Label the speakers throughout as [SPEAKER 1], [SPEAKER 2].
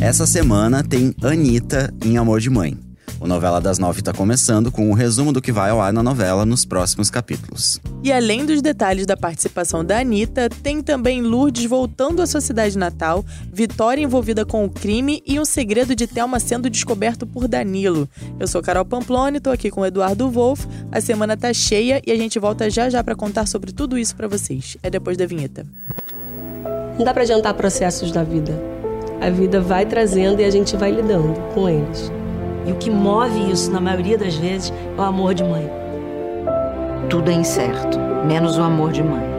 [SPEAKER 1] Essa semana tem Anitta em Amor de Mãe. O Novela das Nove está começando com o um resumo do que vai ao ar na novela nos próximos capítulos.
[SPEAKER 2] E além dos detalhes da participação da Anitta, tem também Lourdes voltando à sua cidade natal, Vitória envolvida com o crime e um segredo de Thelma sendo descoberto por Danilo. Eu sou Carol Pamploni, estou aqui com o Eduardo Wolff. A semana tá cheia e a gente volta já já para contar sobre tudo isso para vocês. É depois da vinheta.
[SPEAKER 3] Não dá para adiantar processos da vida. A vida vai trazendo e a gente vai lidando com eles.
[SPEAKER 4] E o que move isso, na maioria das vezes, é o amor de mãe.
[SPEAKER 5] Tudo é incerto, menos o amor de mãe.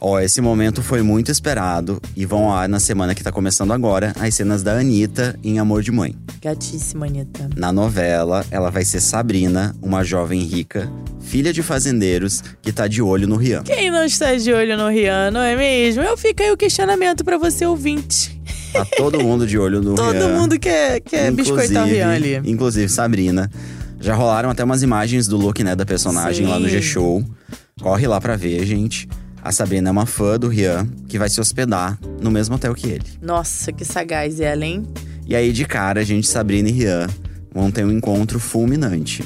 [SPEAKER 1] Ó, oh, esse momento foi muito esperado e vão ao ar na semana que tá começando agora as cenas da Anitta em Amor de Mãe.
[SPEAKER 2] Gatíssima, Anitta.
[SPEAKER 1] Na novela, ela vai ser Sabrina, uma jovem rica, filha de fazendeiros, que tá de olho no Rian.
[SPEAKER 2] Quem não está de olho no Rian, não é mesmo? Eu fico aí o questionamento para você, ouvinte.
[SPEAKER 1] Tá todo mundo de olho no
[SPEAKER 2] todo
[SPEAKER 1] Rian.
[SPEAKER 2] Todo mundo quer, quer inclusive, biscoitar o é Rian ali.
[SPEAKER 1] Inclusive Sabrina. Já rolaram até umas imagens do look, né, da personagem Sim. lá no G-Show. Corre lá pra ver, gente. A Sabrina é uma fã do Rian, que vai se hospedar no mesmo hotel que ele.
[SPEAKER 2] Nossa, que sagaz ela, hein?
[SPEAKER 1] E aí, de cara, a gente, Sabrina e Rian vão ter um encontro fulminante.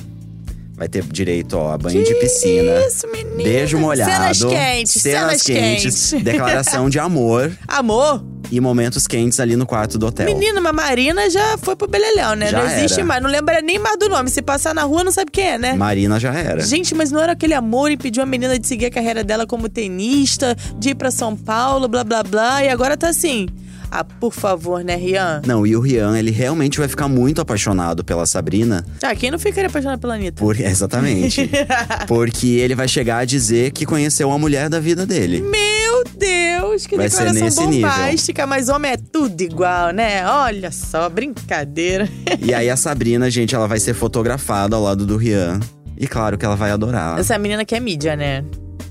[SPEAKER 1] Vai ter direito, ó, a banho
[SPEAKER 2] que
[SPEAKER 1] de piscina.
[SPEAKER 2] Isso, menina.
[SPEAKER 1] né? Beijo molhado.
[SPEAKER 2] Cenas quentes,
[SPEAKER 1] cenas, cenas quentes, quentes. Declaração de amor.
[SPEAKER 2] Amor?
[SPEAKER 1] E momentos quentes ali no quarto do hotel.
[SPEAKER 2] Menina, mas Marina já foi pro Beleléu, né?
[SPEAKER 1] Já
[SPEAKER 2] não existe
[SPEAKER 1] era.
[SPEAKER 2] mais. Não lembra nem mais do nome. Se passar na rua, não sabe quem é, né?
[SPEAKER 1] Marina já era.
[SPEAKER 2] Gente, mas não era aquele amor e pediu a menina de seguir a carreira dela como tenista, de ir pra São Paulo, blá blá blá. E agora tá assim. Ah, por favor, né, Rian?
[SPEAKER 1] Não, e o Rian, ele realmente vai ficar muito apaixonado pela Sabrina.
[SPEAKER 2] Ah, quem não ficaria apaixonado pela Anitta?
[SPEAKER 1] Por, exatamente. Porque ele vai chegar a dizer que conheceu a mulher da vida dele.
[SPEAKER 2] Meu Deus, que
[SPEAKER 1] vai
[SPEAKER 2] declaração
[SPEAKER 1] ser nesse
[SPEAKER 2] bombástica,
[SPEAKER 1] nível.
[SPEAKER 2] mas homem é tudo igual, né? Olha só, brincadeira.
[SPEAKER 1] e aí a Sabrina, gente, ela vai ser fotografada ao lado do Rian. E claro que ela vai adorar.
[SPEAKER 2] Essa menina que é mídia, né?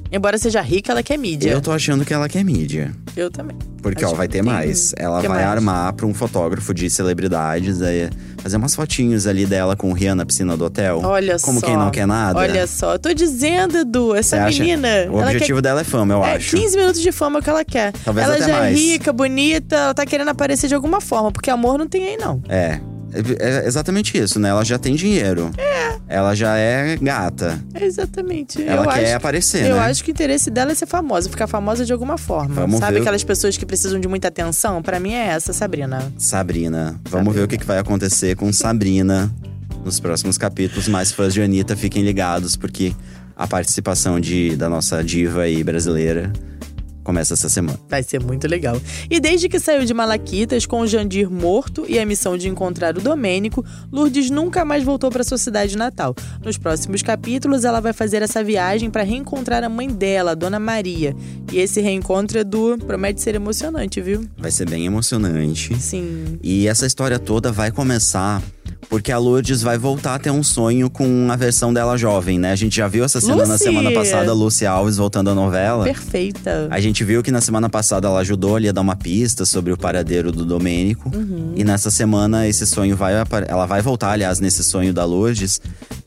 [SPEAKER 2] Embora seja rica, ela quer mídia.
[SPEAKER 1] Eu tô achando que ela quer mídia.
[SPEAKER 2] Eu também.
[SPEAKER 1] Porque,
[SPEAKER 2] Acho
[SPEAKER 1] ó, vai ter
[SPEAKER 2] que tem-
[SPEAKER 1] mais. Ela
[SPEAKER 2] que
[SPEAKER 1] vai
[SPEAKER 2] mais?
[SPEAKER 1] armar pra um fotógrafo de celebridades, aí fazer umas fotinhos ali dela com o Rian na piscina do hotel.
[SPEAKER 2] Olha
[SPEAKER 1] Como
[SPEAKER 2] só.
[SPEAKER 1] quem não quer nada.
[SPEAKER 2] Olha só, eu tô dizendo, Edu,
[SPEAKER 1] Você
[SPEAKER 2] essa
[SPEAKER 1] acha?
[SPEAKER 2] menina.
[SPEAKER 1] O
[SPEAKER 2] ela
[SPEAKER 1] objetivo dela é fama, eu
[SPEAKER 2] quer, é,
[SPEAKER 1] acho.
[SPEAKER 2] 15 minutos de fama é o que ela quer.
[SPEAKER 1] Talvez
[SPEAKER 2] ela
[SPEAKER 1] até
[SPEAKER 2] já
[SPEAKER 1] mais.
[SPEAKER 2] é rica, bonita, ela tá querendo aparecer de alguma forma, porque amor não tem aí, não.
[SPEAKER 1] É. É exatamente isso, né? Ela já tem dinheiro. É. Ela já é gata.
[SPEAKER 2] É Exatamente.
[SPEAKER 1] Ela
[SPEAKER 2] eu
[SPEAKER 1] quer
[SPEAKER 2] acho,
[SPEAKER 1] aparecer,
[SPEAKER 2] eu
[SPEAKER 1] né?
[SPEAKER 2] acho que o interesse dela é ser famosa, ficar famosa de alguma forma.
[SPEAKER 1] Vamos
[SPEAKER 2] Sabe
[SPEAKER 1] ver o-
[SPEAKER 2] aquelas pessoas que precisam de muita atenção? Pra mim é essa, Sabrina.
[SPEAKER 1] Sabrina. Vamos ver o que que vai acontecer com Sabrina nos próximos capítulos. Mas fãs de Anitta, fiquem ligados, porque a participação de, da nossa diva aí brasileira começa essa semana.
[SPEAKER 2] Vai ser muito legal. E desde que saiu de Malaquitas com o Jandir morto e a missão de encontrar o Domênico, Lourdes nunca mais voltou para sua cidade natal. Nos próximos capítulos, ela vai fazer essa viagem para reencontrar a mãe dela, a Dona Maria. E esse reencontro, Edu, promete ser emocionante, viu?
[SPEAKER 1] Vai ser bem emocionante.
[SPEAKER 2] Sim.
[SPEAKER 1] E essa história toda vai começar porque a Lourdes vai voltar a ter um sonho com a versão dela jovem, né? A gente já viu essa cena na
[SPEAKER 2] Lucy!
[SPEAKER 1] semana passada, a Lucy Alves voltando à novela.
[SPEAKER 2] Perfeita.
[SPEAKER 1] A gente viu que na semana passada ela ajudou ali a dar uma pista sobre o paradeiro do Domênico. E nessa semana esse sonho vai apar- ela vai voltar, aliás, nesse sonho da Lourdes.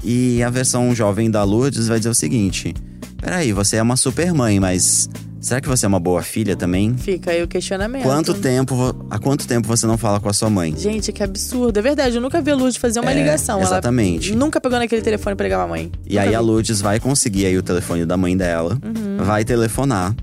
[SPEAKER 1] E a versão jovem da Lourdes vai dizer o seguinte: Peraí, você é uma super mãe, mas será que você é uma boa filha também?
[SPEAKER 2] Fica aí o questionamento.
[SPEAKER 1] Quanto tempo, vo- há quanto tempo você não fala com a sua mãe?
[SPEAKER 2] Gente, que absurdo. É verdade, eu nunca vi a Lourdes fazer uma
[SPEAKER 1] É,
[SPEAKER 2] ligação. Ela
[SPEAKER 1] exatamente.
[SPEAKER 2] nunca pegou naquele telefone pra ligar pra mãe.
[SPEAKER 1] E aí a Lourdes vai conseguir aí o telefone da mãe dela,
[SPEAKER 2] Uhum.
[SPEAKER 1] vai telefonar.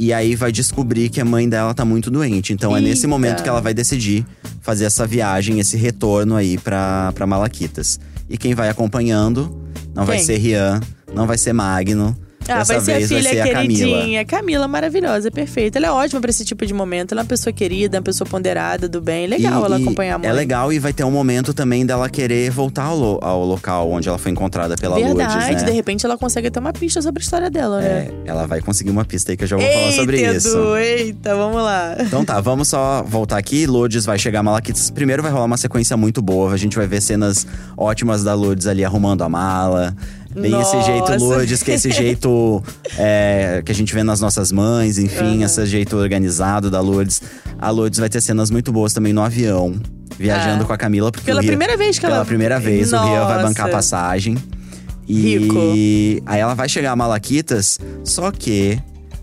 [SPEAKER 1] E aí vai descobrir que a mãe dela tá muito doente. Então é nesse
[SPEAKER 2] Eita.
[SPEAKER 1] momento que ela vai decidir fazer essa viagem, esse retorno aí pra, pra Malaquitas. E quem vai acompanhando não vai
[SPEAKER 2] Quem?
[SPEAKER 1] ser Rian, não vai ser Magno.
[SPEAKER 2] Ah,
[SPEAKER 1] Dessa
[SPEAKER 2] vai ser a
[SPEAKER 1] vez
[SPEAKER 2] filha
[SPEAKER 1] vai ser a Camila.
[SPEAKER 2] queridinha. Camila. maravilhosa, perfeita. Ela é ótima pra esse tipo de momento. Ela é uma pessoa querida, uma pessoa ponderada, do bem. Legal
[SPEAKER 1] E-
[SPEAKER 2] ela
[SPEAKER 1] e
[SPEAKER 2] acompanhar a mãe.
[SPEAKER 1] É legal e vai ter um momento também dela querer voltar ao, lo- ao local onde ela foi encontrada pela
[SPEAKER 2] Verdade,
[SPEAKER 1] Lourdes,
[SPEAKER 2] de
[SPEAKER 1] né?
[SPEAKER 2] repente ela consegue ter uma pista sobre a história dela, né?
[SPEAKER 1] É, ela vai conseguir uma pista aí que É, eu já vou falar
[SPEAKER 2] eita,
[SPEAKER 1] sobre
[SPEAKER 2] Edu,
[SPEAKER 1] isso.
[SPEAKER 2] eita, vamos lá.
[SPEAKER 1] Então tá, vamos só voltar aqui. Lourdes vai chegar a Malaquitas. Primeiro vai rolar uma sequência muito boa. A gente vai ver cenas ótimas da Lourdes ali arrumando a mala. Bem esse
[SPEAKER 2] Nossa.
[SPEAKER 1] jeito Lourdes, que é esse jeito é, que a gente vê nas nossas mães, enfim, esse jeito organizado da Lourdes. A Lourdes vai ter cenas muito boas também no avião, viajando
[SPEAKER 2] Ah.
[SPEAKER 1] com a Camila. Porque
[SPEAKER 2] Pela
[SPEAKER 1] o Rian-
[SPEAKER 2] primeira vez que
[SPEAKER 1] pela
[SPEAKER 2] ela-
[SPEAKER 1] primeira vez, o Rian vai
[SPEAKER 2] Nossa.
[SPEAKER 1] bancar a passagem. E
[SPEAKER 2] Rico.
[SPEAKER 1] aí ela vai chegar a Malaquitas, só que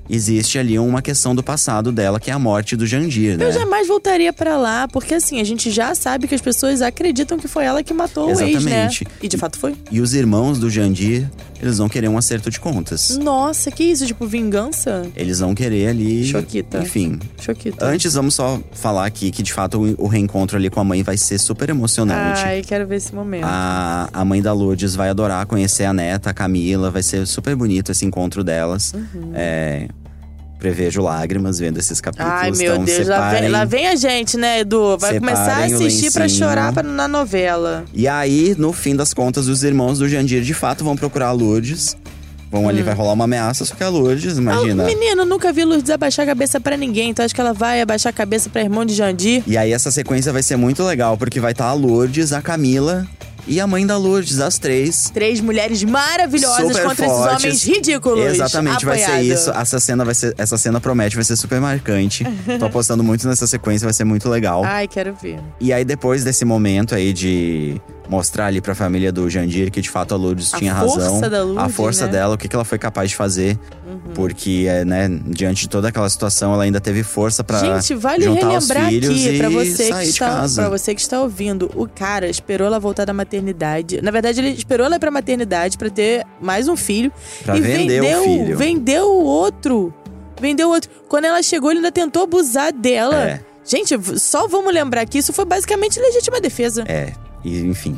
[SPEAKER 1] existe ali uma questão do passado dela, que é a morte do Jandir, né?
[SPEAKER 2] Eu jamais voltaria pra lá, porque assim, a gente já sabe que as pessoas acreditam que foi ela que matou o ex,
[SPEAKER 1] Exatamente.
[SPEAKER 2] né? E de fato foi.
[SPEAKER 1] E os irmãos do Jandir, eles vão querer um acerto de
[SPEAKER 2] Hum.
[SPEAKER 1] contas.
[SPEAKER 2] Nossa, que isso? Tipo, vingança?
[SPEAKER 1] Eles vão querer ali.
[SPEAKER 2] Choquita.
[SPEAKER 1] Enfim.
[SPEAKER 2] Choquita.
[SPEAKER 1] Antes, vamos só falar aqui que de fato o- o reencontro ali com a mãe vai ser super emocionante.
[SPEAKER 2] Ai, quero ver esse
[SPEAKER 1] Ah,
[SPEAKER 2] momento.
[SPEAKER 1] A, a mãe da Lourdes vai adorar conhecer a neta, a Camila. Vai ser super bonito esse encontro delas.
[SPEAKER 2] Uhum.
[SPEAKER 1] É, prevejo lágrimas vendo esses capítulos.
[SPEAKER 2] Ai, meu
[SPEAKER 1] então,
[SPEAKER 2] Deus, lá
[SPEAKER 1] separem.
[SPEAKER 2] vem, lá vem a gente, né, Edu? Vai
[SPEAKER 1] Separem
[SPEAKER 2] começar a
[SPEAKER 1] o
[SPEAKER 2] assistir pra
[SPEAKER 1] lencinho.
[SPEAKER 2] chorar pra, na novela.
[SPEAKER 1] E aí, no fim das contas, os irmãos do Jandir de fato vão procurar a Lourdes. Vão
[SPEAKER 2] Hum.
[SPEAKER 1] ali, vai rolar uma ameaça, só que a Lourdes, imagina.
[SPEAKER 2] Ah, menino, nunca vi Lourdes abaixar a cabeça pra ninguém, então acho que ela vai abaixar a cabeça pra irmão de Jandir.
[SPEAKER 1] E aí essa sequência vai ser muito legal, porque vai estar a Lourdes, a Camila e a mãe da Lourdes, as três.
[SPEAKER 2] Três mulheres maravilhosas
[SPEAKER 1] super
[SPEAKER 2] contra
[SPEAKER 1] fortes.
[SPEAKER 2] esses homens ridículos.
[SPEAKER 1] Exatamente, vai ser
[SPEAKER 2] Apoiado.
[SPEAKER 1] isso. Essa cena, vai ser, essa cena promete, vai ser super marcante. Tô apostando muito nessa sequência, vai ser muito legal.
[SPEAKER 2] Ai, quero ver.
[SPEAKER 1] E aí, depois desse momento aí de mostrar ali pra família do Jandir que de fato a Lourdes
[SPEAKER 2] A
[SPEAKER 1] tinha
[SPEAKER 2] força
[SPEAKER 1] razão.
[SPEAKER 2] da Lourdes,
[SPEAKER 1] a força
[SPEAKER 2] né? Uhum.
[SPEAKER 1] dela, o que, que ela foi capaz de fazer. Porque, é, né, diante de toda aquela situação, ela ainda teve força pra.
[SPEAKER 2] Gente, vale
[SPEAKER 1] juntar os
[SPEAKER 2] relembrar
[SPEAKER 1] filhos
[SPEAKER 2] aqui
[SPEAKER 1] e
[SPEAKER 2] pra você que
[SPEAKER 1] sair de
[SPEAKER 2] está,
[SPEAKER 1] casa.
[SPEAKER 2] para você que está ouvindo, o cara esperou ela voltar da maternidade. Na verdade, ele esperou ela ir pra maternidade pra ter mais um filho
[SPEAKER 1] Pra
[SPEAKER 2] e
[SPEAKER 1] vender o
[SPEAKER 2] vendeu,
[SPEAKER 1] filho.
[SPEAKER 2] vendeu o outro. Vendeu o outro. Quando ela chegou, ele ainda tentou abusar dela.
[SPEAKER 1] É.
[SPEAKER 2] Gente, v- só vamos lembrar que isso foi basicamente legítima defesa.
[SPEAKER 1] É, e enfim.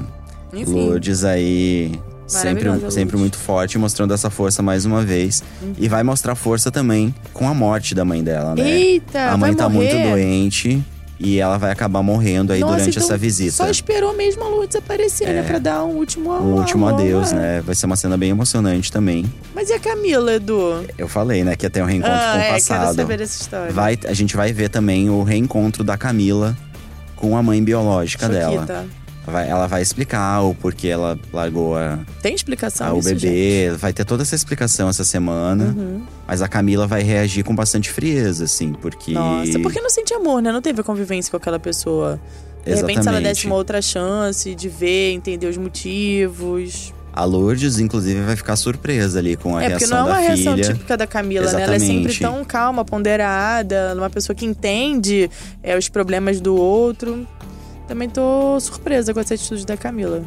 [SPEAKER 2] Enfim.
[SPEAKER 1] Lourdes aí. Sempre, um,
[SPEAKER 2] Maravilhosa,
[SPEAKER 1] sempre
[SPEAKER 2] Lourdes. Uhum.
[SPEAKER 1] muito forte, mostrando essa força mais uma vez. E vai mostrar força também com a morte da mãe dela, né?
[SPEAKER 2] Eita,
[SPEAKER 1] a mãe
[SPEAKER 2] vai
[SPEAKER 1] tá
[SPEAKER 2] morrer.
[SPEAKER 1] muito doente e ela vai acabar morrendo aí
[SPEAKER 2] Nossa,
[SPEAKER 1] durante
[SPEAKER 2] então
[SPEAKER 1] essa visita. É.
[SPEAKER 2] Só esperou mesmo a Lourdes aparecer, né? Pra dar um último
[SPEAKER 1] Um último
[SPEAKER 2] alô,
[SPEAKER 1] adeus,
[SPEAKER 2] é.
[SPEAKER 1] né? Vai ser uma cena bem emocionante também.
[SPEAKER 2] Mas e a Camila, Edu?
[SPEAKER 1] Eu falei, né, que ia ter um reencontro com o
[SPEAKER 2] é, quero
[SPEAKER 1] passado.
[SPEAKER 2] saber essa história.
[SPEAKER 1] Vai, a gente vai ver também o reencontro da Camila com a mãe biológica dela.
[SPEAKER 2] Choquita.
[SPEAKER 1] Vai- ela vai explicar o porquê ela largou a,
[SPEAKER 2] Tem explicação
[SPEAKER 1] a, Ah, o
[SPEAKER 2] isso,
[SPEAKER 1] bebê. né? Vai ter toda essa explicação essa semana.
[SPEAKER 2] gente? Uhum.
[SPEAKER 1] Mas a Camila vai reagir com bastante frieza, assim, porque.
[SPEAKER 2] Nossa, porque não sente amor, né? Não teve convivência com aquela pessoa. De repente, se ela desse
[SPEAKER 1] Exatamente.
[SPEAKER 2] uma outra chance de ver, entender os motivos.
[SPEAKER 1] A Lourdes, inclusive, vai ficar surpresa ali com a
[SPEAKER 2] é, porque
[SPEAKER 1] reação
[SPEAKER 2] não é uma
[SPEAKER 1] da
[SPEAKER 2] reação
[SPEAKER 1] filha.
[SPEAKER 2] típica da Camila, né? Ela é sempre
[SPEAKER 1] Exatamente.
[SPEAKER 2] tão calma, ponderada, uma pessoa que entende é, os problemas do outro. Também tô surpresa com essa atitude da Camila.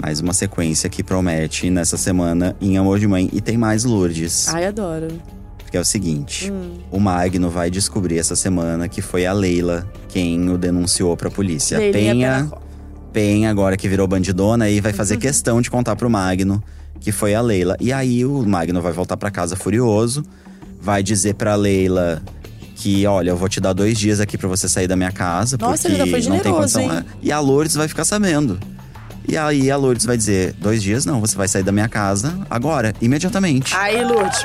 [SPEAKER 1] Mais uma sequência que promete nessa semana em Amor de Mãe. E tem mais Lourdes.
[SPEAKER 2] Ai, adoro.
[SPEAKER 1] Porque é o seguinte:
[SPEAKER 2] Hum.
[SPEAKER 1] o Magno vai descobrir essa semana que foi a Leila quem o denunciou pra polícia.
[SPEAKER 2] Leilinha
[SPEAKER 1] Penha,
[SPEAKER 2] Penacó.
[SPEAKER 1] Penha, agora que virou bandidona, aí vai
[SPEAKER 2] Uhum.
[SPEAKER 1] fazer questão de contar pro Magno que foi a Leila. E aí o Magno vai voltar pra casa furioso, vai dizer pra Leila. Que, olha, eu vou te dar dois dias aqui pra você sair da minha casa. porque
[SPEAKER 2] Nossa, ele ainda foi
[SPEAKER 1] não tem
[SPEAKER 2] generoso,
[SPEAKER 1] condição.
[SPEAKER 2] hein?
[SPEAKER 1] E a Lourdes vai ficar sabendo. E aí a Lourdes vai dizer: dois dias não, você vai sair da minha casa agora, imediatamente.
[SPEAKER 2] Aí, Lourdes.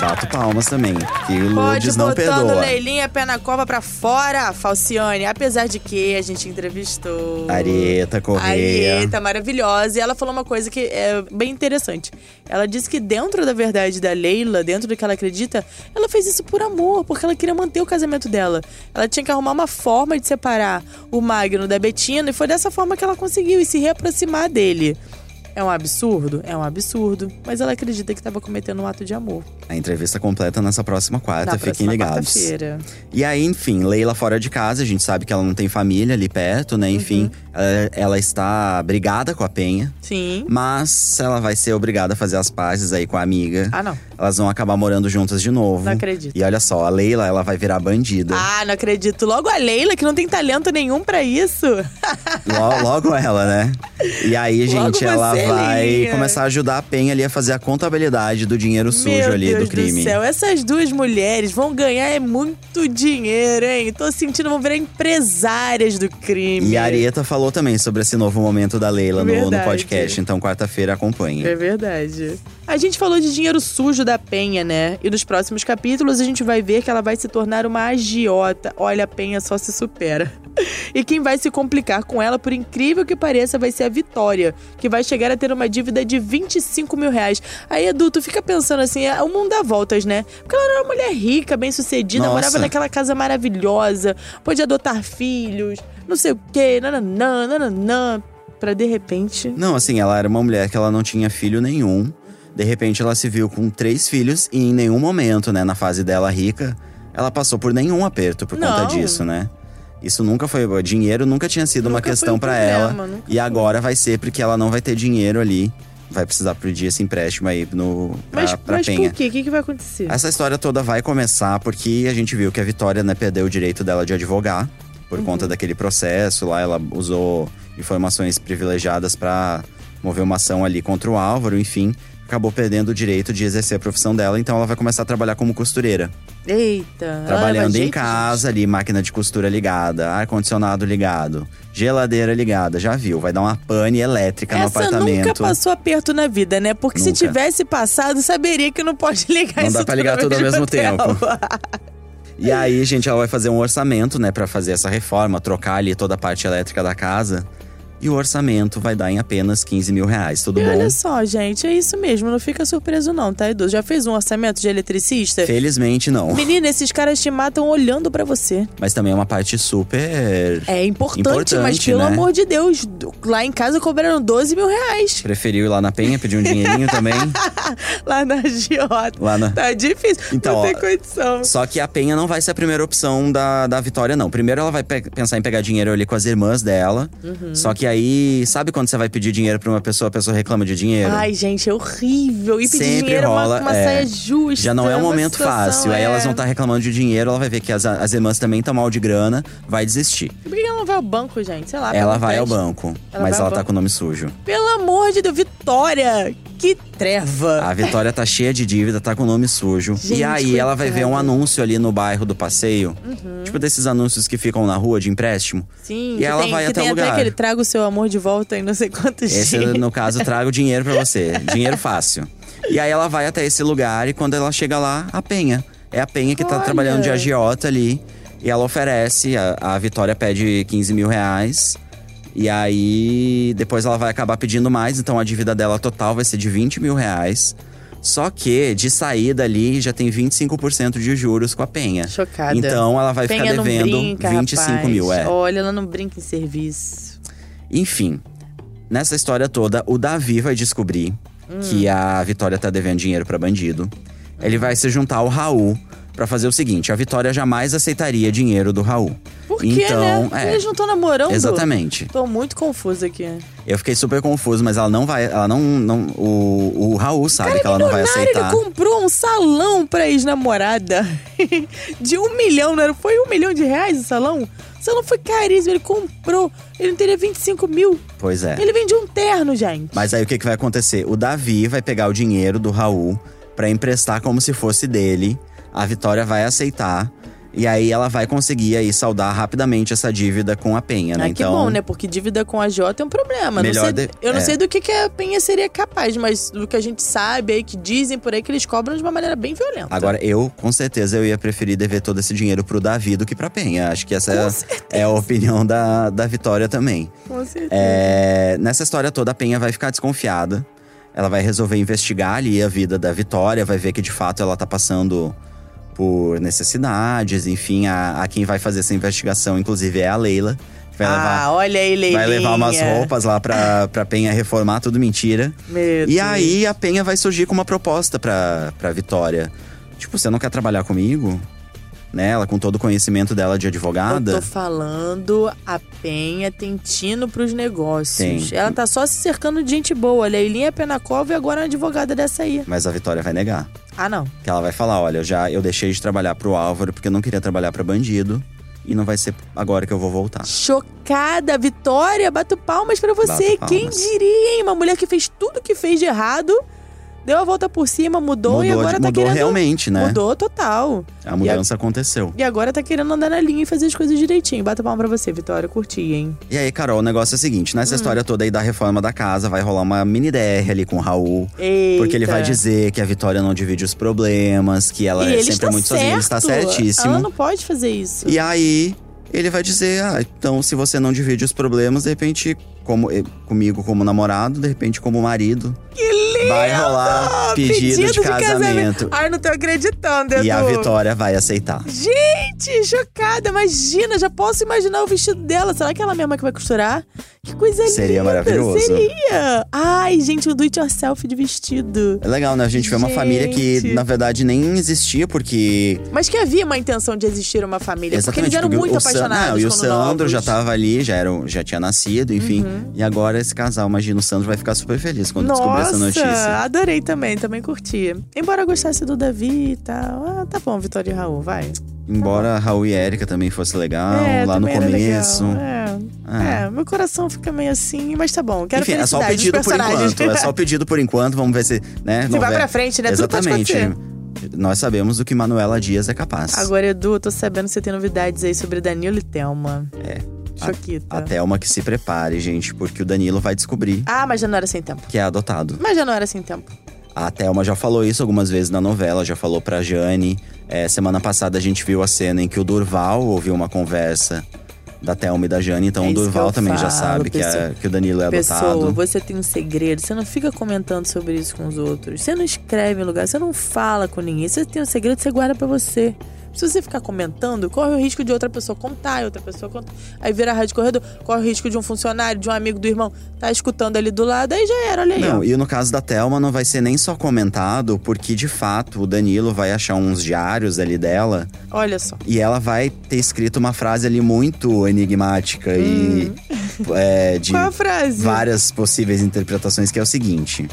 [SPEAKER 1] Bato palmas também, que o
[SPEAKER 2] Pode
[SPEAKER 1] Lourdes não
[SPEAKER 2] botando
[SPEAKER 1] perdoa.
[SPEAKER 2] Leilinha pé na cova pra fora, Falciane. Apesar de que a gente entrevistou.
[SPEAKER 1] Areta, Correia.
[SPEAKER 2] Arieta, maravilhosa. E ela falou uma coisa que é bem interessante. Ela disse que dentro da verdade da Leila, dentro do que ela acredita, ela fez isso por amor, porque ela queria manter o casamento dela. Ela tinha que arrumar uma forma de separar o Magno da Betina e foi dessa forma que ela conseguiu e se reaproximar dele. É um absurdo? É um absurdo. Mas ela acredita que estava cometendo um ato de amor.
[SPEAKER 1] A entrevista completa nessa próxima quarta,
[SPEAKER 2] na
[SPEAKER 1] Ah, tá, fiquem
[SPEAKER 2] próxima
[SPEAKER 1] ligados.
[SPEAKER 2] quarta-feira.
[SPEAKER 1] E aí, enfim, Leila fora de casa, a gente sabe que ela não tem família ali perto, né?
[SPEAKER 2] Uhum.
[SPEAKER 1] Enfim, ela, ela está brigada com a Penha,
[SPEAKER 2] Sim.
[SPEAKER 1] mas ela vai ser obrigada a fazer as pazes aí com a amiga.
[SPEAKER 2] Ah, não.
[SPEAKER 1] Elas vão acabar morando juntas de novo.
[SPEAKER 2] Não acredito.
[SPEAKER 1] E olha só, a Leila, ela vai virar bandida.
[SPEAKER 2] Ah, não acredito. Logo a Leila, que não tem talento nenhum pra isso.
[SPEAKER 1] Lo- Logo ela, né? E aí,
[SPEAKER 2] Logo
[SPEAKER 1] gente,
[SPEAKER 2] você,
[SPEAKER 1] ela vai
[SPEAKER 2] Leilinha.
[SPEAKER 1] começar a ajudar a Penha ali a fazer a contabilidade do dinheiro sujo
[SPEAKER 2] Meu
[SPEAKER 1] ali
[SPEAKER 2] Deus
[SPEAKER 1] do crime.
[SPEAKER 2] céu, essas duas mulheres vão ganhar é muito dinheiro, hein? Tô sentindo, vão virar empresárias do crime.
[SPEAKER 1] E a Arieta falou também sobre esse novo momento da Leila no, no
[SPEAKER 2] Verdade.
[SPEAKER 1] podcast. Então, quarta-feira,
[SPEAKER 2] É
[SPEAKER 1] acompanhe.
[SPEAKER 2] verdade. A gente falou de dinheiro sujo da Penha, né? E nos próximos capítulos a gente vai ver que ela vai se tornar uma agiota. Olha, a Penha só se supera. E quem vai se complicar com ela, por incrível que pareça, vai ser a Vitória, que vai chegar a ter uma dívida de 25 mil reais. Aí, Edu, tu fica pensando assim, é o mundo dá voltas, né? Porque ela era uma mulher rica, bem sucedida,
[SPEAKER 1] Nossa.
[SPEAKER 2] morava naquela casa maravilhosa, podia adotar filhos, não sei o quê, nananã, nananã. Pra de repente.
[SPEAKER 1] Não, assim, ela era uma mulher que ela não tinha filho nenhum. De repente ela se viu com três filhos e em nenhum momento, né, na fase dela rica, ela passou por nenhum aperto por conta
[SPEAKER 2] Não.
[SPEAKER 1] disso, né? Isso nunca foi. Dinheiro nunca tinha sido uma
[SPEAKER 2] Nunca foi
[SPEAKER 1] questão
[SPEAKER 2] um
[SPEAKER 1] pra
[SPEAKER 2] problema,
[SPEAKER 1] ela.
[SPEAKER 2] nunca
[SPEAKER 1] E agora vai ser, porque ela não vai ter dinheiro ali. Vai precisar pedir esse empréstimo aí no, pra,
[SPEAKER 2] Mas,
[SPEAKER 1] pra
[SPEAKER 2] mas
[SPEAKER 1] Penha.
[SPEAKER 2] por quê? O que, que vai acontecer?
[SPEAKER 1] Essa história toda vai começar porque a gente viu que a Vitória né, perdeu o direito dela de advogar por
[SPEAKER 2] Uhum.
[SPEAKER 1] conta daquele processo lá. Ela usou informações privilegiadas pra mover uma ação ali contra o Álvaro, enfim. Acabou perdendo o direito de exercer a profissão dela, então ela vai começar a trabalhar como costureira.
[SPEAKER 2] Eita. ela leva
[SPEAKER 1] Trabalhando em
[SPEAKER 2] jeito,
[SPEAKER 1] casa ali, máquina de costura ligada, ar-condicionado ligado, geladeira ligada, já viu. Vai dar uma pane elétrica no
[SPEAKER 2] Essa
[SPEAKER 1] apartamento.
[SPEAKER 2] nunca passou aperto na vida, né? Porque se
[SPEAKER 1] Nunca.
[SPEAKER 2] tivesse passado, saberia que não pode ligar
[SPEAKER 1] Não
[SPEAKER 2] isso
[SPEAKER 1] dá pra ligar
[SPEAKER 2] no
[SPEAKER 1] tudo ao mesmo tempo.
[SPEAKER 2] hotel.
[SPEAKER 1] E aí, gente, ela vai fazer um orçamento, né, Pra fazer essa reforma, trocar ali toda a parte elétrica da casa. E o orçamento vai dar em apenas 15 mil reais, tudo
[SPEAKER 2] E
[SPEAKER 1] bom?
[SPEAKER 2] olha só, gente, é isso mesmo. Não fica surpreso não, tá, idoso? Já fez um orçamento de eletricista?
[SPEAKER 1] Felizmente não.
[SPEAKER 2] Menina, esses caras te matam olhando pra você.
[SPEAKER 1] Mas também é uma parte super.
[SPEAKER 2] É importante, mas
[SPEAKER 1] Importante,
[SPEAKER 2] pelo
[SPEAKER 1] né?
[SPEAKER 2] amor de Deus, do- lá em casa cobraram 12 mil reais.
[SPEAKER 1] Preferiu ir lá na Penha, pedir um dinheirinho também.
[SPEAKER 2] Lá na Giota.
[SPEAKER 1] Lá na.
[SPEAKER 2] Tá difícil.
[SPEAKER 1] Então,
[SPEAKER 2] não tem
[SPEAKER 1] ó,
[SPEAKER 2] condição.
[SPEAKER 1] Só que a Penha não vai ser a primeira opção da, da Vitória, não. Primeiro ela vai pe- pensar em pegar dinheiro ali com as irmãs dela. Só que aí, sabe quando você vai pedir dinheiro pra uma pessoa, a pessoa reclama de dinheiro?
[SPEAKER 2] Ai, gente, é horrível. E pedir
[SPEAKER 1] Sempre
[SPEAKER 2] dinheiro é uma,
[SPEAKER 1] rola,
[SPEAKER 2] uma
[SPEAKER 1] é.
[SPEAKER 2] saia justa.
[SPEAKER 1] Já não é um
[SPEAKER 2] uma
[SPEAKER 1] momento
[SPEAKER 2] situação,
[SPEAKER 1] fácil. Aí
[SPEAKER 2] é.
[SPEAKER 1] elas tá- vão estar reclamando de dinheiro, ela vai ver que as, as irmãs também estão mal de grana, vai desistir.
[SPEAKER 2] Por que ela não vai ao banco, gente? Sei lá.
[SPEAKER 1] ela
[SPEAKER 2] pelo
[SPEAKER 1] vai ao
[SPEAKER 2] teste.
[SPEAKER 1] banco,
[SPEAKER 2] Ela
[SPEAKER 1] mas
[SPEAKER 2] vai ao
[SPEAKER 1] ela tá
[SPEAKER 2] banco.
[SPEAKER 1] com o nome sujo.
[SPEAKER 2] Pelo amor de Deus, Vitória! Que treva!
[SPEAKER 1] A Vitória tá cheia de dívida, tá com o nome sujo.
[SPEAKER 2] Gente,
[SPEAKER 1] e aí ela vai ver um
[SPEAKER 2] coitada. Uhum.
[SPEAKER 1] anúncio ali no bairro do passeio. Tipo desses anúncios que ficam na rua de empréstimo.
[SPEAKER 2] Sim,
[SPEAKER 1] E
[SPEAKER 2] que
[SPEAKER 1] ela
[SPEAKER 2] tem,
[SPEAKER 1] vai
[SPEAKER 2] que
[SPEAKER 1] até
[SPEAKER 2] tem
[SPEAKER 1] o lugar.
[SPEAKER 2] até aquele traga o seu amor de volta em não sei quantos
[SPEAKER 1] Esse,
[SPEAKER 2] dias.
[SPEAKER 1] no caso, trago dinheiro pra você. dinheiro fácil. E aí ela vai até esse lugar e quando ela chega lá, a Penha. É a Penha que tá
[SPEAKER 2] Olha.
[SPEAKER 1] trabalhando de agiota ali. E ela oferece, a, a Vitória pede 15 mil reais. E aí, depois ela vai acabar pedindo mais. Então a dívida dela total vai ser de 20 mil reais. Só que, de saída ali, já tem 25% de juros com a Penha.
[SPEAKER 2] Chocada.
[SPEAKER 1] Então ela vai
[SPEAKER 2] Penha
[SPEAKER 1] ficar
[SPEAKER 2] não
[SPEAKER 1] devendo
[SPEAKER 2] brinca,
[SPEAKER 1] 25
[SPEAKER 2] rapaz.
[SPEAKER 1] mil, é.
[SPEAKER 2] Olha, ela não brinca em serviço.
[SPEAKER 1] Enfim, nessa história toda, o Davi vai descobrir que
[SPEAKER 2] Hum.
[SPEAKER 1] a Vitória tá devendo dinheiro pra bandido. Ele vai se juntar ao Raul pra fazer o seguinte: a Vitória jamais aceitaria dinheiro do Raul.
[SPEAKER 2] Por quê,
[SPEAKER 1] Então,
[SPEAKER 2] né?
[SPEAKER 1] é.
[SPEAKER 2] Eles não estão namorando?
[SPEAKER 1] Exatamente.
[SPEAKER 2] Tô muito confusa aqui.
[SPEAKER 1] Eu fiquei super confuso, mas ela não vai. Ela não. não o, o Raul sabe que ela não vai
[SPEAKER 2] Cara, ele é
[SPEAKER 1] aceitar.
[SPEAKER 2] comprou um salão pra ex-namorada de um milhão, não era? Foi um milhão de reais o salão? O salão foi caríssimo, ele comprou. Ele não teria 25 mil.
[SPEAKER 1] Pois é.
[SPEAKER 2] Ele vende um terno, gente.
[SPEAKER 1] Mas aí o que, que vai acontecer? O Davi vai pegar o dinheiro do Raul pra emprestar como se fosse dele. A Vitória vai aceitar. E aí ela vai conseguir aí saldar rapidamente essa dívida com a Penha, né?
[SPEAKER 2] Ah, que
[SPEAKER 1] então,
[SPEAKER 2] bom, né? Porque dívida com a Jota é um problema. Não
[SPEAKER 1] Melhor
[SPEAKER 2] sei-
[SPEAKER 1] de-
[SPEAKER 2] Eu não
[SPEAKER 1] é.
[SPEAKER 2] sei do que, que a Penha seria capaz, mas do que a gente sabe aí, que dizem por aí, que eles cobram de uma maneira bem violenta.
[SPEAKER 1] Agora, eu, com certeza, eu ia preferir dever todo esse dinheiro pro Davi do que pra Penha. Acho que essa
[SPEAKER 2] Com
[SPEAKER 1] é-
[SPEAKER 2] certeza.
[SPEAKER 1] é, a opinião da, da Vitória também.
[SPEAKER 2] Com certeza.
[SPEAKER 1] É, nessa história toda, a Penha vai ficar desconfiada. Ela vai resolver investigar ali a vida da Vitória, vai ver que de fato ela tá passando por necessidades, enfim, a, a quem vai fazer essa investigação, inclusive, é a Leila. que Vai levar,
[SPEAKER 2] ah, olha aí, Leilinha.
[SPEAKER 1] vai levar umas roupas lá pra, pra Penha reformar, tudo mentira.
[SPEAKER 2] Meu
[SPEAKER 1] E
[SPEAKER 2] Deus.
[SPEAKER 1] aí a Penha vai surgir com uma proposta pra, pra Vitória. Tipo, você não quer trabalhar comigo? Né? Ela com todo o conhecimento dela de
[SPEAKER 2] Eu
[SPEAKER 1] advogada.
[SPEAKER 2] tô falando, a Penha tem tino pros negócios.
[SPEAKER 1] Tem.
[SPEAKER 2] Ela tá só se cercando de gente boa. A Leilinha é Penacova e agora é uma advogada dessa aí.
[SPEAKER 1] Mas a Vitória vai negar.
[SPEAKER 2] Ah, não.
[SPEAKER 1] Que ela vai falar: olha, eu já eu deixei de trabalhar pro Álvaro porque eu não queria trabalhar pra bandido. E não vai ser agora que eu vou voltar.
[SPEAKER 2] Chocada, Vitória, bato palmas pra você.
[SPEAKER 1] Bato
[SPEAKER 2] Quem
[SPEAKER 1] palmas.
[SPEAKER 2] diria, hein? Uma mulher que fez tudo que fez de errado, deu a volta por cima, mudou, e
[SPEAKER 1] mudou
[SPEAKER 2] agora
[SPEAKER 1] de-
[SPEAKER 2] tá
[SPEAKER 1] mudou
[SPEAKER 2] querendo.
[SPEAKER 1] realmente, né?
[SPEAKER 2] Mudou total.
[SPEAKER 1] A mudança aconteceu.
[SPEAKER 2] E agora tá querendo andar na linha e fazer as coisas direitinho. Bato palma pra você, Vitória. Curti, hein?
[SPEAKER 1] E aí, Carol, o negócio é o seguinte:
[SPEAKER 2] Hum.
[SPEAKER 1] nessa história toda aí da reforma da casa, vai rolar uma mini DR ali com o Raul.
[SPEAKER 2] Eita.
[SPEAKER 1] Porque ele vai dizer que a Vitória não divide os problemas, que ela
[SPEAKER 2] e
[SPEAKER 1] é
[SPEAKER 2] ele
[SPEAKER 1] sempre
[SPEAKER 2] está
[SPEAKER 1] muito
[SPEAKER 2] certo.
[SPEAKER 1] sozinha, ele está certíssimo.
[SPEAKER 2] Ela não pode fazer isso.
[SPEAKER 1] E aí, ele vai dizer: Ah, então se você não divide os problemas, de repente, como eh, comigo como namorado, de repente como marido. Que lindo! vai rolar pedido, de, casamento.
[SPEAKER 2] Ai, não tô acreditando, Edu.
[SPEAKER 1] E a Vitória vai aceitar.
[SPEAKER 2] Gente, chocada. Imagina, já posso imaginar o vestido dela. Será que é ela mesma que vai costurar? Que coisa
[SPEAKER 1] Seria
[SPEAKER 2] linda.
[SPEAKER 1] maravilhoso.
[SPEAKER 2] Seria. Ai, gente, um do it yourself de vestido.
[SPEAKER 1] É legal, né? A gente vê uma família que,
[SPEAKER 2] Gente.
[SPEAKER 1] na verdade, nem existia, porque.
[SPEAKER 2] Mas que havia uma intenção de existir uma família. porque eles
[SPEAKER 1] Exatamente,
[SPEAKER 2] eram muito
[SPEAKER 1] o San-
[SPEAKER 2] apaixonados
[SPEAKER 1] Não, e o
[SPEAKER 2] quando
[SPEAKER 1] Sandro
[SPEAKER 2] novos. Uhum.
[SPEAKER 1] já tava ali, já, era, um- já tinha nascido, enfim. E agora esse casal, imagina, o Sandro vai ficar super feliz quando descobrir essa notícia.
[SPEAKER 2] Nossa, adorei também, também curti. Embora eu gostasse do Davi e tal. Ah, tá bom, Vitória e Raul, vai.
[SPEAKER 1] Embora Raul e Erika também fosse legal,
[SPEAKER 2] Tá é,
[SPEAKER 1] Ah, lá no
[SPEAKER 2] também era
[SPEAKER 1] começo. Ah.
[SPEAKER 2] legal. É. É, meu coração fica meio assim, mas tá bom. Quero
[SPEAKER 1] Enfim, é só o
[SPEAKER 2] felicidade dos
[SPEAKER 1] pedido por
[SPEAKER 2] personagens.
[SPEAKER 1] enquanto. É só o pedido por enquanto. Vamos ver se. Né,
[SPEAKER 2] Se
[SPEAKER 1] não
[SPEAKER 2] vai
[SPEAKER 1] houver-
[SPEAKER 2] pra frente, né?
[SPEAKER 1] Exatamente.
[SPEAKER 2] Tudo pode acontecer.
[SPEAKER 1] Nós sabemos do que Manuela Dias é capaz.
[SPEAKER 2] Agora, Edu, eu tô sabendo que você tem novidades aí sobre Danilo e Thelma.
[SPEAKER 1] É. A-
[SPEAKER 2] Choquita.
[SPEAKER 1] A Thelma que se prepare, gente, porque o Danilo vai descobrir
[SPEAKER 2] Ah, mas já não era sem tempo.
[SPEAKER 1] que é adotado.
[SPEAKER 2] Mas já não era sem tempo.
[SPEAKER 1] A Thelma já falou isso algumas vezes na novela, já falou pra Jane. É, semana passada a gente viu a cena em que o Durval ouviu uma conversa da Thelma e da Jane, então
[SPEAKER 2] É
[SPEAKER 1] o
[SPEAKER 2] isso que eu
[SPEAKER 1] Durval também já
[SPEAKER 2] falo,
[SPEAKER 1] sabe que, é-
[SPEAKER 2] pessoa-
[SPEAKER 1] que o Danilo é
[SPEAKER 2] Pessoa,
[SPEAKER 1] adotado.
[SPEAKER 2] você tem um segredo, você não fica comentando sobre isso com os outros. Você não escreve em lugar, você não fala com ninguém. Você tem um segredo, você guarda pra você. Se você ficar comentando, corre o risco de outra pessoa contar, e outra pessoa contar. Aí vira a rádio corredor, corre o risco de um funcionário, de um amigo do irmão, tá escutando ali do lado, aí já era, olha aí. ó.
[SPEAKER 1] Não, e no caso da Thelma não vai ser nem só comentado, porque de fato o Danilo vai achar uns diários ali dela
[SPEAKER 2] Olha só.
[SPEAKER 1] e ela vai ter escrito uma frase ali muito enigmática e é, de
[SPEAKER 2] Qual a frase?
[SPEAKER 1] várias possíveis interpretações, que é o seguinte.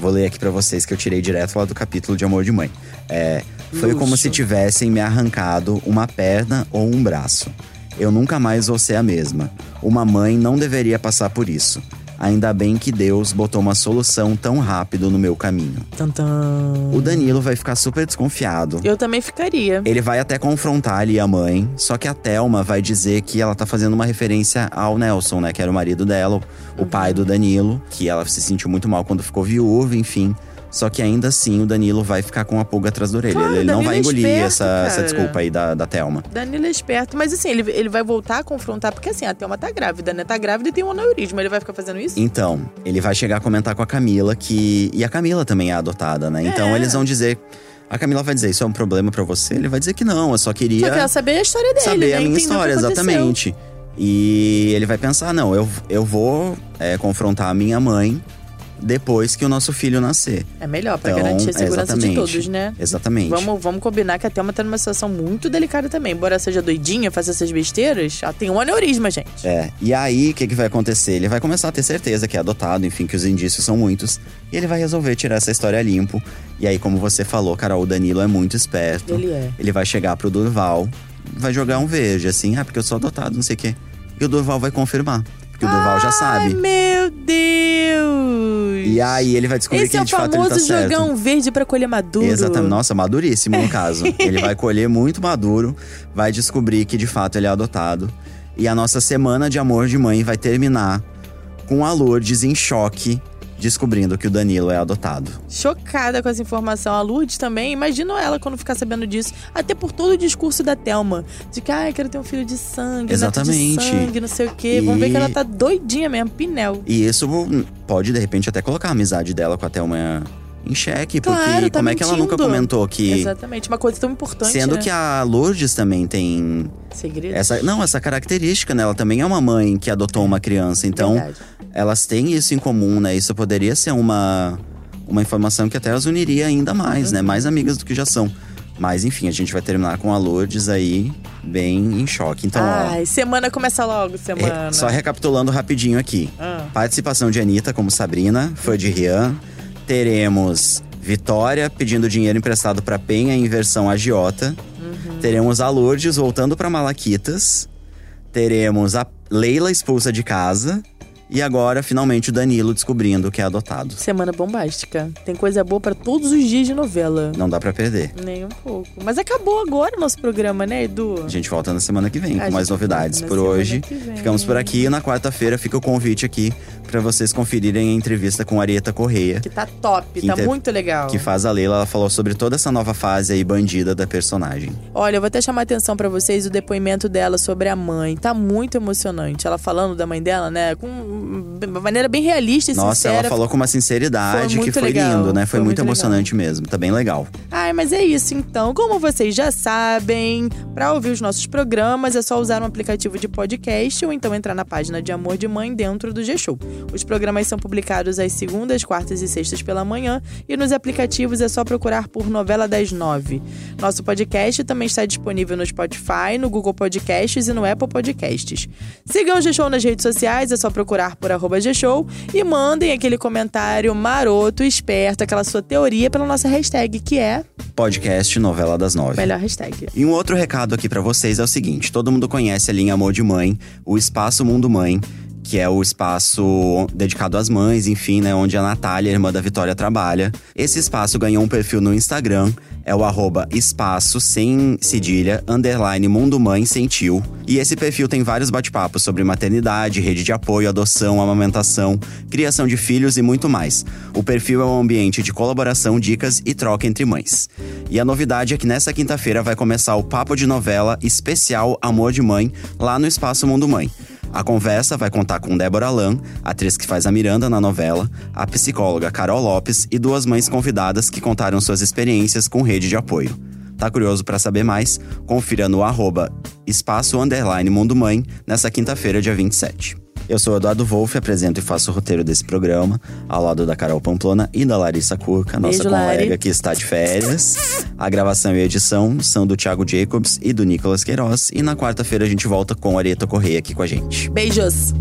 [SPEAKER 1] Vou ler aqui pra vocês que eu tirei direto lá do capítulo de Amor de Mãe. É, foi
[SPEAKER 2] Luxo.
[SPEAKER 1] como se tivessem me arrancado uma perna ou um braço. Eu nunca mais vou ser a mesma. Uma mãe não deveria passar por isso. Ainda bem que Deus botou uma solução tão rápido no meu caminho.
[SPEAKER 2] Tantã.
[SPEAKER 1] O Danilo vai ficar super desconfiado.
[SPEAKER 2] Eu também ficaria.
[SPEAKER 1] Ele vai até confrontar ali a mãe, só que a Thelma vai dizer que ela tá fazendo uma referência ao Nelson, né? Que era o marido dela, o pai do Danilo, que ela se sentiu muito mal quando ficou viúva, enfim. Só que ainda assim o Danilo vai ficar com a pulga atrás da orelha.
[SPEAKER 2] Claro,
[SPEAKER 1] ele não
[SPEAKER 2] Danilo
[SPEAKER 1] vai
[SPEAKER 2] é
[SPEAKER 1] engolir
[SPEAKER 2] esperto,
[SPEAKER 1] essa, essa
[SPEAKER 2] cara.
[SPEAKER 1] desculpa aí da, da Thelma.
[SPEAKER 2] Danilo é esperto, mas assim, ele, ele vai voltar a confrontar, porque assim, a Thelma tá grávida, né? Tá grávida e tem um aneurisma. Ele vai ficar fazendo isso?
[SPEAKER 1] Então, ele vai chegar a comentar com a Camila que. E a Camila também é adotada, né? Então
[SPEAKER 2] É.
[SPEAKER 1] eles vão dizer. A Camila vai dizer, isso é um problema pra você? Ele vai dizer que não, eu só queria.
[SPEAKER 2] Só que ela saber a história dele,
[SPEAKER 1] é saber
[SPEAKER 2] né?
[SPEAKER 1] a minha
[SPEAKER 2] Entender o que
[SPEAKER 1] história,
[SPEAKER 2] aconteceu.
[SPEAKER 1] exatamente. E ele vai pensar: não, eu, eu vou é, confrontar a minha mãe depois que o nosso filho nascer.
[SPEAKER 2] É melhor, pra
[SPEAKER 1] Então,
[SPEAKER 2] garantir a segurança de
[SPEAKER 1] exatamente.
[SPEAKER 2] todos, né?
[SPEAKER 1] Exatamente.
[SPEAKER 2] Vamos, vamos combinar que a Thelma tá numa situação muito delicada também. Embora seja doidinha, faça essas besteiras, ela tem um aneurisma, gente.
[SPEAKER 1] É, e aí, o que, que vai acontecer? Ele vai começar a ter certeza que é adotado, enfim, que os indícios são muitos. E ele vai resolver tirar essa história limpo. E aí, como você falou, Carol, o Danilo é muito esperto.
[SPEAKER 2] Ele é.
[SPEAKER 1] Ele vai chegar pro Durval, vai jogar um verde, assim, ah, porque eu sou adotado, não sei o quê. E o Durval vai confirmar. Porque o Durval já
[SPEAKER 2] Ai,
[SPEAKER 1] sabe.
[SPEAKER 2] meu Deus!
[SPEAKER 1] E aí ele vai descobrir
[SPEAKER 2] Esse
[SPEAKER 1] que
[SPEAKER 2] é o
[SPEAKER 1] de fato ele
[SPEAKER 2] famoso
[SPEAKER 1] tá certo.
[SPEAKER 2] jogão verde pra colher maduro.
[SPEAKER 1] Exatamente. Nossa, maduríssimo no caso. ele vai colher muito maduro, vai descobrir que de fato ele é adotado. E a nossa semana de amor de mãe vai terminar com a Lourdes em choque, descobrindo que o Danilo é adotado.
[SPEAKER 2] Chocada com essa informação. A Lourdes também, imagina ela quando ficar sabendo disso. Até por todo o discurso da Thelma. De que, ah, eu quero ter um filho de sangue,
[SPEAKER 1] Exatamente.
[SPEAKER 2] neto de sangue, não sei o quê. Vamos ver
[SPEAKER 1] E-
[SPEAKER 2] que ela tá doidinha mesmo, pinel.
[SPEAKER 1] E isso hum, pode, de repente, até colocar a amizade dela com a Thelma em xeque, porque
[SPEAKER 2] Claro, tá
[SPEAKER 1] como é que ela nunca
[SPEAKER 2] mentindo.
[SPEAKER 1] comentou que.
[SPEAKER 2] Exatamente, uma coisa tão importante,
[SPEAKER 1] Sendo
[SPEAKER 2] né?
[SPEAKER 1] que a Lourdes também tem
[SPEAKER 2] Segredo.
[SPEAKER 1] essa. Não, essa característica, né? Ela também é uma mãe que adotou uma criança. Então,
[SPEAKER 2] Verdade.
[SPEAKER 1] elas têm isso em comum, né? Isso poderia ser uma, uma informação que até as uniria ainda mais, né? Mais amigas do que já são. Mas enfim, a gente vai terminar com a Lourdes aí, bem em choque. Então, ó,
[SPEAKER 2] Ai, semana começa logo,
[SPEAKER 1] re-
[SPEAKER 2] semana.
[SPEAKER 1] só recapitulando rapidinho aqui.
[SPEAKER 2] Ah.
[SPEAKER 1] Participação de Anitta como Sabrina, fã de Rian. Teremos Vitória pedindo dinheiro emprestado pra Penha em versão agiota.
[SPEAKER 2] Uhum.
[SPEAKER 1] Teremos a Lourdes voltando pra Malaquitas. Teremos a Leila expulsa de casa. E agora, finalmente, o Danilo descobrindo que é adotado.
[SPEAKER 2] Semana bombástica. Tem coisa boa pra todos os dias de novela.
[SPEAKER 1] Não dá pra perder.
[SPEAKER 2] Nem um pouco. Mas acabou agora o nosso programa, né, Edu?
[SPEAKER 1] A gente volta na semana que vem
[SPEAKER 2] A
[SPEAKER 1] com mais
[SPEAKER 2] gente volta
[SPEAKER 1] novidades.
[SPEAKER 2] na
[SPEAKER 1] Por
[SPEAKER 2] semana
[SPEAKER 1] hoje,
[SPEAKER 2] que vem.
[SPEAKER 1] ficamos por aqui. E na quarta-feira fica o convite aqui pra vocês conferirem a entrevista com Arieta Correia.
[SPEAKER 2] Que tá top,
[SPEAKER 1] Que
[SPEAKER 2] tá
[SPEAKER 1] inter-
[SPEAKER 2] muito legal.
[SPEAKER 1] que faz a Leila, ela falou sobre toda essa nova fase aí bandida da personagem.
[SPEAKER 2] Olha, eu vou até chamar a atenção pra vocês o depoimento dela sobre a mãe. Tá muito emocionante. Ela falando da mãe dela, né? Com uma maneira bem realista e
[SPEAKER 1] Nossa,
[SPEAKER 2] sincera.
[SPEAKER 1] ela falou com uma sinceridade
[SPEAKER 2] Foi
[SPEAKER 1] que
[SPEAKER 2] muito
[SPEAKER 1] foi
[SPEAKER 2] legal,
[SPEAKER 1] lindo, né? Foi,
[SPEAKER 2] foi
[SPEAKER 1] muito,
[SPEAKER 2] muito legal.
[SPEAKER 1] emocionante mesmo. Tá bem legal.
[SPEAKER 2] Ai, mas é isso então. Como vocês já sabem, pra ouvir os nossos programas é só usar um aplicativo de podcast ou então entrar na página de Amor de Mãe dentro do G-Show. Os programas são publicados às segundas, quartas e sextas pela manhã e nos aplicativos é só procurar por Novela das Nove. Nosso podcast também está disponível no Spotify, no Google Podcasts e no Apple Podcasts. Sigam o G-Show nas redes sociais, é só procurar por arroba G-Show e mandem aquele comentário maroto, esperto, aquela sua teoria pela nossa hashtag, que é...
[SPEAKER 1] Podcast Novela das Nove.
[SPEAKER 2] Melhor hashtag.
[SPEAKER 1] E um outro recado aqui pra vocês é o seguinte: todo mundo conhece a linha Amor de Mãe, o Espaço Mundo Mãe, que é o espaço dedicado às mães, enfim, né? Onde a Natália, irmã da Vitória, trabalha. Esse espaço ganhou um perfil no Instagram, é o arroba espaço sem cedilha, underline Mundo Mãe sem tio. E esse perfil tem vários bate-papos sobre maternidade, rede de apoio, adoção, amamentação, criação de filhos e muito mais. O perfil é um ambiente de colaboração, dicas e troca entre mães. E a novidade é que nessa quinta-feira vai começar o Papo de Novela Especial Amor de Mãe lá no Espaço Mundo Mãe. A conversa vai contar com Débora Lan, atriz que faz a Miranda na novela, a psicóloga Carol Lopes e duas mães convidadas que contaram suas experiências com rede de apoio. Tá curioso pra saber mais? Confira no arroba espaço underline Mundo Mãe nessa quinta-feira, dia 27. Eu sou Eduardo Wolff, apresento e faço o roteiro desse programa, ao lado da Carol Pamplona e da Larissa Curca, nossa
[SPEAKER 2] Beijo,
[SPEAKER 1] colega
[SPEAKER 2] Lari.
[SPEAKER 1] que está de férias. A gravação e a edição são do Thiago Jacobs e do Nicolas Queiroz. E na quarta-feira a gente volta com a Arieta Correia aqui com a gente.
[SPEAKER 2] Beijos!